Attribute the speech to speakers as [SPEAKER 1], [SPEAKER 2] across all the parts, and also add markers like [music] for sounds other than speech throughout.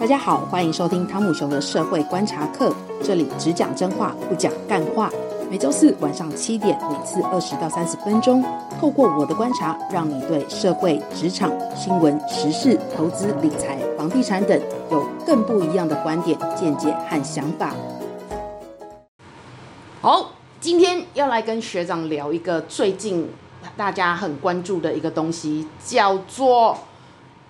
[SPEAKER 1] 大家好，欢迎收听汤姆熊的社会观察课，这里只讲真话，不讲干话。每周四晚上七点，每次二十到三十分钟，透过我的观察，让你对社会、职场、新闻、时事、投资、理财、房地产等有更不一样的观点、见解和想法。好，今天要来跟学长聊一个最近呃大家很关注的一个东西，叫做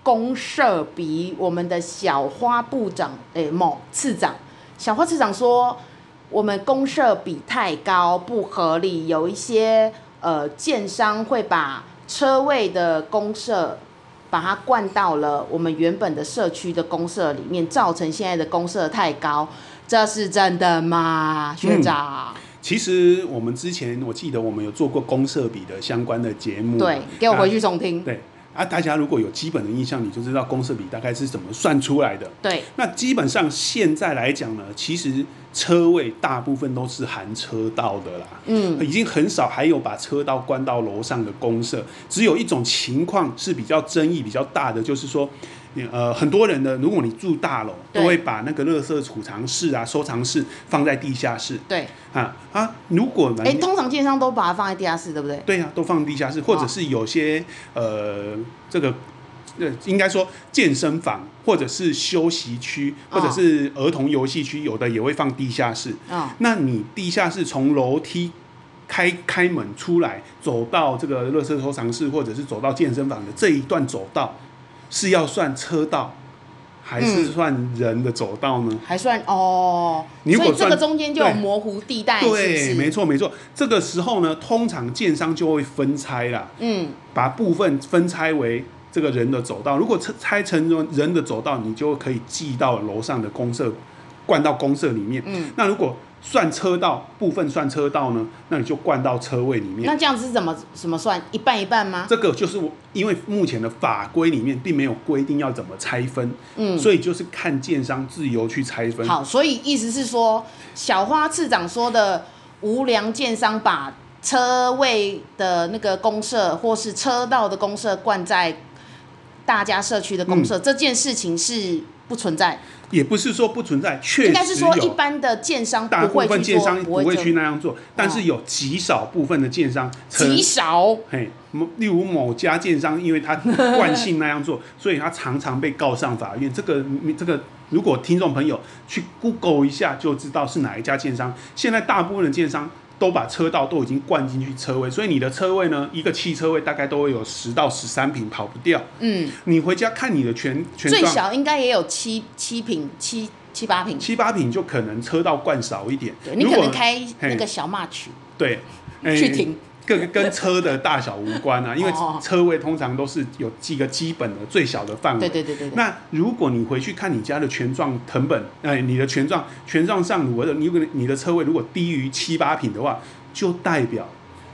[SPEAKER 1] 公社比我们的小花部长，诶、某次长，小花次长说，我们公社比太高不合理，有一些呃建商会把车位的公社把它灌到了我们原本的社区的公社里面，造成现在的公社太高，这是真的吗，学长？
[SPEAKER 2] 其实我们之前我记得我们有做过公社比的相关的节目，啊
[SPEAKER 1] 对，给我回去
[SPEAKER 2] 那
[SPEAKER 1] 重听。
[SPEAKER 2] 对嗯啊，大家如果有基本的印象，你就知道公社比大概是怎么算出来的。
[SPEAKER 1] 对，
[SPEAKER 2] 那基本上现在来讲呢，其实车位大部分都是含车道的啦，
[SPEAKER 1] 嗯，
[SPEAKER 2] 已经很少还有把车道关到楼上的公社。只有一种情况是比较争议比较大的，就是说，呃，很多人呢，如果你住大楼，
[SPEAKER 1] 对
[SPEAKER 2] 都会把那个垃圾储藏室啊、收藏室放在地下室
[SPEAKER 1] 对，
[SPEAKER 2] 啊啊。如果呢
[SPEAKER 1] 哎、，通常建商都把它放在地下室，对不对？
[SPEAKER 2] 对呀、啊都放地下室，或
[SPEAKER 1] 啊
[SPEAKER 2] 者是有些呃，这个呃，应该说健身房，或者是休息区，
[SPEAKER 1] 哦
[SPEAKER 2] 或者是儿童游戏区，有的也会放地下室。
[SPEAKER 1] 嗯，
[SPEAKER 2] 那你地下室从楼梯开开门出来，走到这个乐色收藏室，或者是走到健身房的这一段走道，是要算车道，还是
[SPEAKER 1] 嗯
[SPEAKER 2] 算人的走道呢？
[SPEAKER 1] 还算哦，
[SPEAKER 2] 你如
[SPEAKER 1] 所
[SPEAKER 2] 果
[SPEAKER 1] 以这个
[SPEAKER 2] 算
[SPEAKER 1] 中间就有
[SPEAKER 2] 对
[SPEAKER 1] 模糊地带，哎是不
[SPEAKER 2] 对，
[SPEAKER 1] 是？
[SPEAKER 2] 没错没错。这个时候呢，通常建商就会分拆啦。
[SPEAKER 1] 嗯，
[SPEAKER 2] 把部分分拆为这个人的走道。如果拆拆成人的走道，你就可以记到楼上的公社，灌到公社里面。
[SPEAKER 1] 嗯，
[SPEAKER 2] 那如果算车道部分算车道呢，那你就灌到车位里面。
[SPEAKER 1] 那这样子怎么怎么算？一半一半吗？
[SPEAKER 2] 这个就是我，因为目前的法规里面并没有规定要怎么拆分，
[SPEAKER 1] 嗯，
[SPEAKER 2] 所以就是看建商自由去拆分。
[SPEAKER 1] 好，所以意思是说，小花次长说的无良建商把车位的那个公社或是车道的公社灌在大家社区的公
[SPEAKER 2] 嗯
[SPEAKER 1] 社、这件事情是不存在，
[SPEAKER 2] 也不是说不存在，确实
[SPEAKER 1] 应该是说
[SPEAKER 2] 有
[SPEAKER 1] 一般的建商
[SPEAKER 2] 大
[SPEAKER 1] 不
[SPEAKER 2] 部
[SPEAKER 1] 会
[SPEAKER 2] 分
[SPEAKER 1] 去
[SPEAKER 2] 建
[SPEAKER 1] 做，
[SPEAKER 2] 商
[SPEAKER 1] 不
[SPEAKER 2] 不
[SPEAKER 1] 会
[SPEAKER 2] 会
[SPEAKER 1] 这
[SPEAKER 2] 去那样做，但是有极少部分的建商承
[SPEAKER 1] 极少。
[SPEAKER 2] 嘿，某例如某家建商，因为他惯性那样做，所以他常常被告上法院。这个这个，如果听众朋友去 Google 一下，就知道是哪一家建商。现在大部分的建商都把车道都已经灌进去车位，所以你的车位呢，一个汽车位大概都会有十到十三平，跑不掉。
[SPEAKER 1] 嗯，
[SPEAKER 2] 你回家看你的全全
[SPEAKER 1] 最
[SPEAKER 2] 状
[SPEAKER 1] 小应该也有七七平七七八平，
[SPEAKER 2] 七八平，就可能车道灌少一点
[SPEAKER 1] 对。你
[SPEAKER 2] 如
[SPEAKER 1] 可
[SPEAKER 2] 果
[SPEAKER 1] 能开
[SPEAKER 2] 嘿
[SPEAKER 1] 那个小马曲
[SPEAKER 2] 对，
[SPEAKER 1] [laughs]
[SPEAKER 2] 哎
[SPEAKER 1] 去停。
[SPEAKER 2] 跟跟车的大小无
[SPEAKER 1] [laughs]
[SPEAKER 2] 关啊，因为
[SPEAKER 1] 哦
[SPEAKER 2] 车位通常都是有几个基本的最小的范围。
[SPEAKER 1] 对对对对对，
[SPEAKER 2] 嗯那如果你回去看你家的权状成本，哎，你的权状权状上，如果你有个你的车位如果低于七八平的话，就代表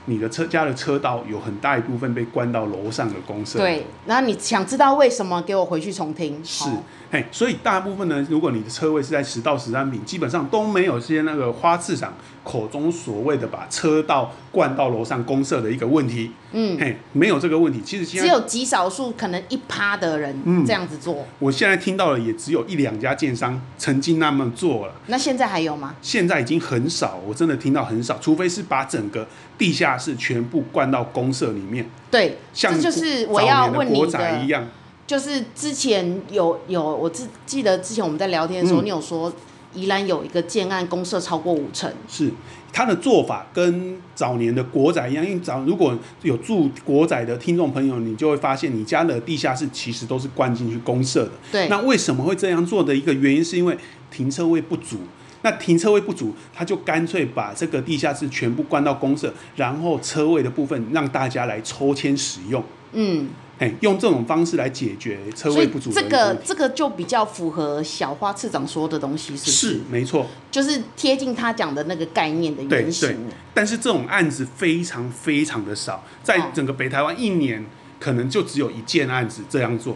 [SPEAKER 2] 你的车家的车道有很大一部分被关到楼上的公社。，
[SPEAKER 1] 对。然后你想知道为什么？给我回去重听。
[SPEAKER 2] 是
[SPEAKER 1] 好，
[SPEAKER 2] 嘿，所以大部分呢，如果你的车位是在十到十三平，基本上都没有些那个花市场口中所谓的把车道灌到楼上公社的一个问题。
[SPEAKER 1] 嗯，
[SPEAKER 2] 嘿，没有这个问题。其实现
[SPEAKER 1] 只
[SPEAKER 2] 在
[SPEAKER 1] 有极少数可能一趴的人
[SPEAKER 2] 嗯
[SPEAKER 1] 这样子做。
[SPEAKER 2] 我现在听到的也只有一两家建商曾经那么做了。
[SPEAKER 1] 那现在还有吗？
[SPEAKER 2] 现在已经很少，我真的听到很少，除非是把整个地下室全部灌到公社里面，
[SPEAKER 1] 对，
[SPEAKER 2] 像
[SPEAKER 1] 这就是我要问
[SPEAKER 2] 国
[SPEAKER 1] 你
[SPEAKER 2] 宅一
[SPEAKER 1] 的，
[SPEAKER 2] 样。
[SPEAKER 1] 就是之前有有，我记记得之前我们在聊天的时候，
[SPEAKER 2] 嗯
[SPEAKER 1] 你有说宜兰有一个建案公社超过五成，
[SPEAKER 2] 是它的做法跟早年的国宅一样，因为早如果有住国宅的听众朋友，你就会发现你家的地下室其实都是灌进去公社的。
[SPEAKER 1] 对，
[SPEAKER 2] 那为什么会这样做的一个原因，是因为停车位不足。那停车位不足，他就干脆把这个地下室全部灌到公社，然后车位的部分让大家来抽签使用。
[SPEAKER 1] 嗯，
[SPEAKER 2] 哎，用这种方式来解决车
[SPEAKER 1] 所
[SPEAKER 2] 位
[SPEAKER 1] 以
[SPEAKER 2] 不足
[SPEAKER 1] 这
[SPEAKER 2] 的一个
[SPEAKER 1] 个
[SPEAKER 2] 问题
[SPEAKER 1] 这个就比较符合小花次长说的东西，是不是？
[SPEAKER 2] 是没错，
[SPEAKER 1] 就是贴近他讲的那个概念的
[SPEAKER 2] 对
[SPEAKER 1] 原
[SPEAKER 2] 对
[SPEAKER 1] 型。。
[SPEAKER 2] 但是这种案子非常非常的少，在
[SPEAKER 1] 哦
[SPEAKER 2] 整个北台湾一年可能就只有一件案子这样做。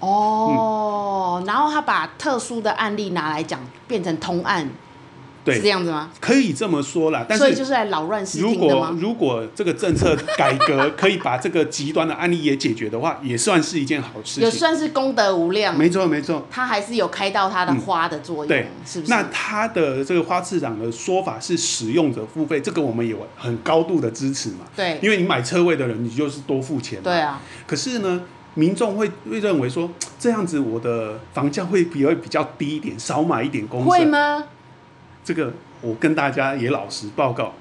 [SPEAKER 1] 哦，然后他把特殊的案例拿来讲，变成通案，
[SPEAKER 2] 对
[SPEAKER 1] 是这样子吗？
[SPEAKER 2] 可以这么说啦，但
[SPEAKER 1] 所以
[SPEAKER 2] 是
[SPEAKER 1] 就是来扰乱视
[SPEAKER 2] 如
[SPEAKER 1] 听的
[SPEAKER 2] 果
[SPEAKER 1] 吗？
[SPEAKER 2] 如果这个政策改革可以把这个极端的案例也解决的话，也算是一件好事
[SPEAKER 1] 也
[SPEAKER 2] 情。
[SPEAKER 1] 算是功德无量，
[SPEAKER 2] 没错，没错。
[SPEAKER 1] 它还是有开到它的花的作用，
[SPEAKER 2] 对
[SPEAKER 1] 嗯是不是？
[SPEAKER 2] 那他的这个花市长的说法是使用者付费，这个我们有很高度的支持嘛，
[SPEAKER 1] 对
[SPEAKER 2] 因为你买车位的人，你就是多付钱嘛。
[SPEAKER 1] 对啊，
[SPEAKER 2] 可是呢，民众会会认为说，这样子我的房价会比会比较低一点，少买一点公
[SPEAKER 1] 会
[SPEAKER 2] 社。
[SPEAKER 1] 吗？
[SPEAKER 2] 这个我跟大家也老实报告，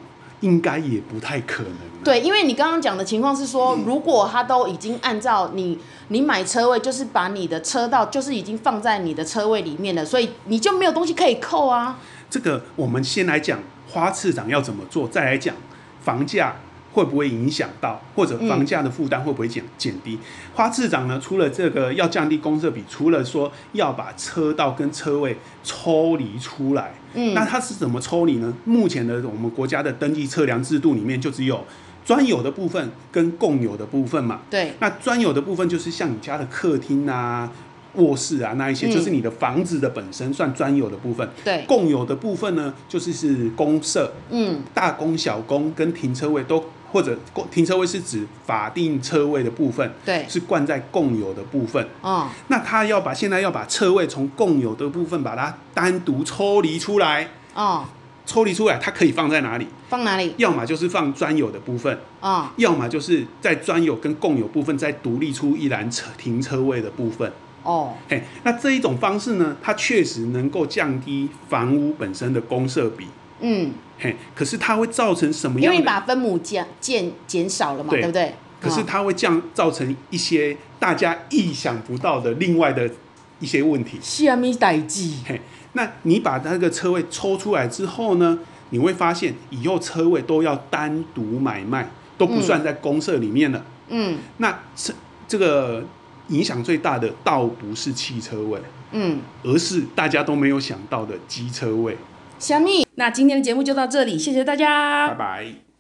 [SPEAKER 2] 应该也不太可能。
[SPEAKER 1] 对，因为你刚刚讲的情况是说，
[SPEAKER 2] 嗯
[SPEAKER 1] 如果他都已经按照你你买车位，就是把你的车道就是已经放在你的车位里面了，所以你就没有东西可以扣啊。
[SPEAKER 2] 这个我们先来讲花市长要怎么做，再来讲房价会不会影响到，或者房价的负担会不会减减低。花市长呢，除了这个要降低公设比，除了说要把车道跟车位抽离出来，
[SPEAKER 1] 嗯
[SPEAKER 2] 那它是怎么抽离呢？目前的我们国家的登记测量制度里面就只有专有的部分跟共有的部分嘛。
[SPEAKER 1] 对，
[SPEAKER 2] 那专有的部分就是像你家的客厅啊、卧室啊那一些，
[SPEAKER 1] 嗯
[SPEAKER 2] 就是你的房子的本身算专有的部分。
[SPEAKER 1] 对，
[SPEAKER 2] 共有的部分呢，就是是公社、
[SPEAKER 1] 嗯，
[SPEAKER 2] 大公、小公跟停车位都，或者公停车位是指法定车位的部分，
[SPEAKER 1] 对，
[SPEAKER 2] 是灌在共有的部分。
[SPEAKER 1] 嗯，
[SPEAKER 2] 那他要把现在要把车位从共有的部分把它单独抽离出来，
[SPEAKER 1] 哦，
[SPEAKER 2] 抽离出来，它可以放在哪里？
[SPEAKER 1] 放哪里？
[SPEAKER 2] 要么就是放专有的部分，
[SPEAKER 1] 啊、
[SPEAKER 2] 要么就是在专有跟共有部分再独立出一栏车停车位的部分。
[SPEAKER 1] 哦，
[SPEAKER 2] 嘿，那这一种方式呢，它确实能够降低房屋本身的公设比。
[SPEAKER 1] 嗯，
[SPEAKER 2] 嘿，可是它会造成什么
[SPEAKER 1] 因为
[SPEAKER 2] 样
[SPEAKER 1] 你
[SPEAKER 2] 的？
[SPEAKER 1] 把分哦母减减减少了嘛，
[SPEAKER 2] 对
[SPEAKER 1] 对不对？
[SPEAKER 2] 可是
[SPEAKER 1] 嗯
[SPEAKER 2] 它会降造成一些大家意想不到的另外的一些问题。
[SPEAKER 1] 下面代志，
[SPEAKER 2] 那你把那个车位抽出来之后呢，你会发现以后车位都要单独买卖，都不算在公社里面了。
[SPEAKER 1] 嗯
[SPEAKER 2] 那这这个影响最大的倒不是汽车位，
[SPEAKER 1] 嗯，
[SPEAKER 2] 而是大家都没有想到的机车位。
[SPEAKER 1] 虾米？
[SPEAKER 3] 那今天的节目就到这里，谢谢大家，
[SPEAKER 2] 拜拜。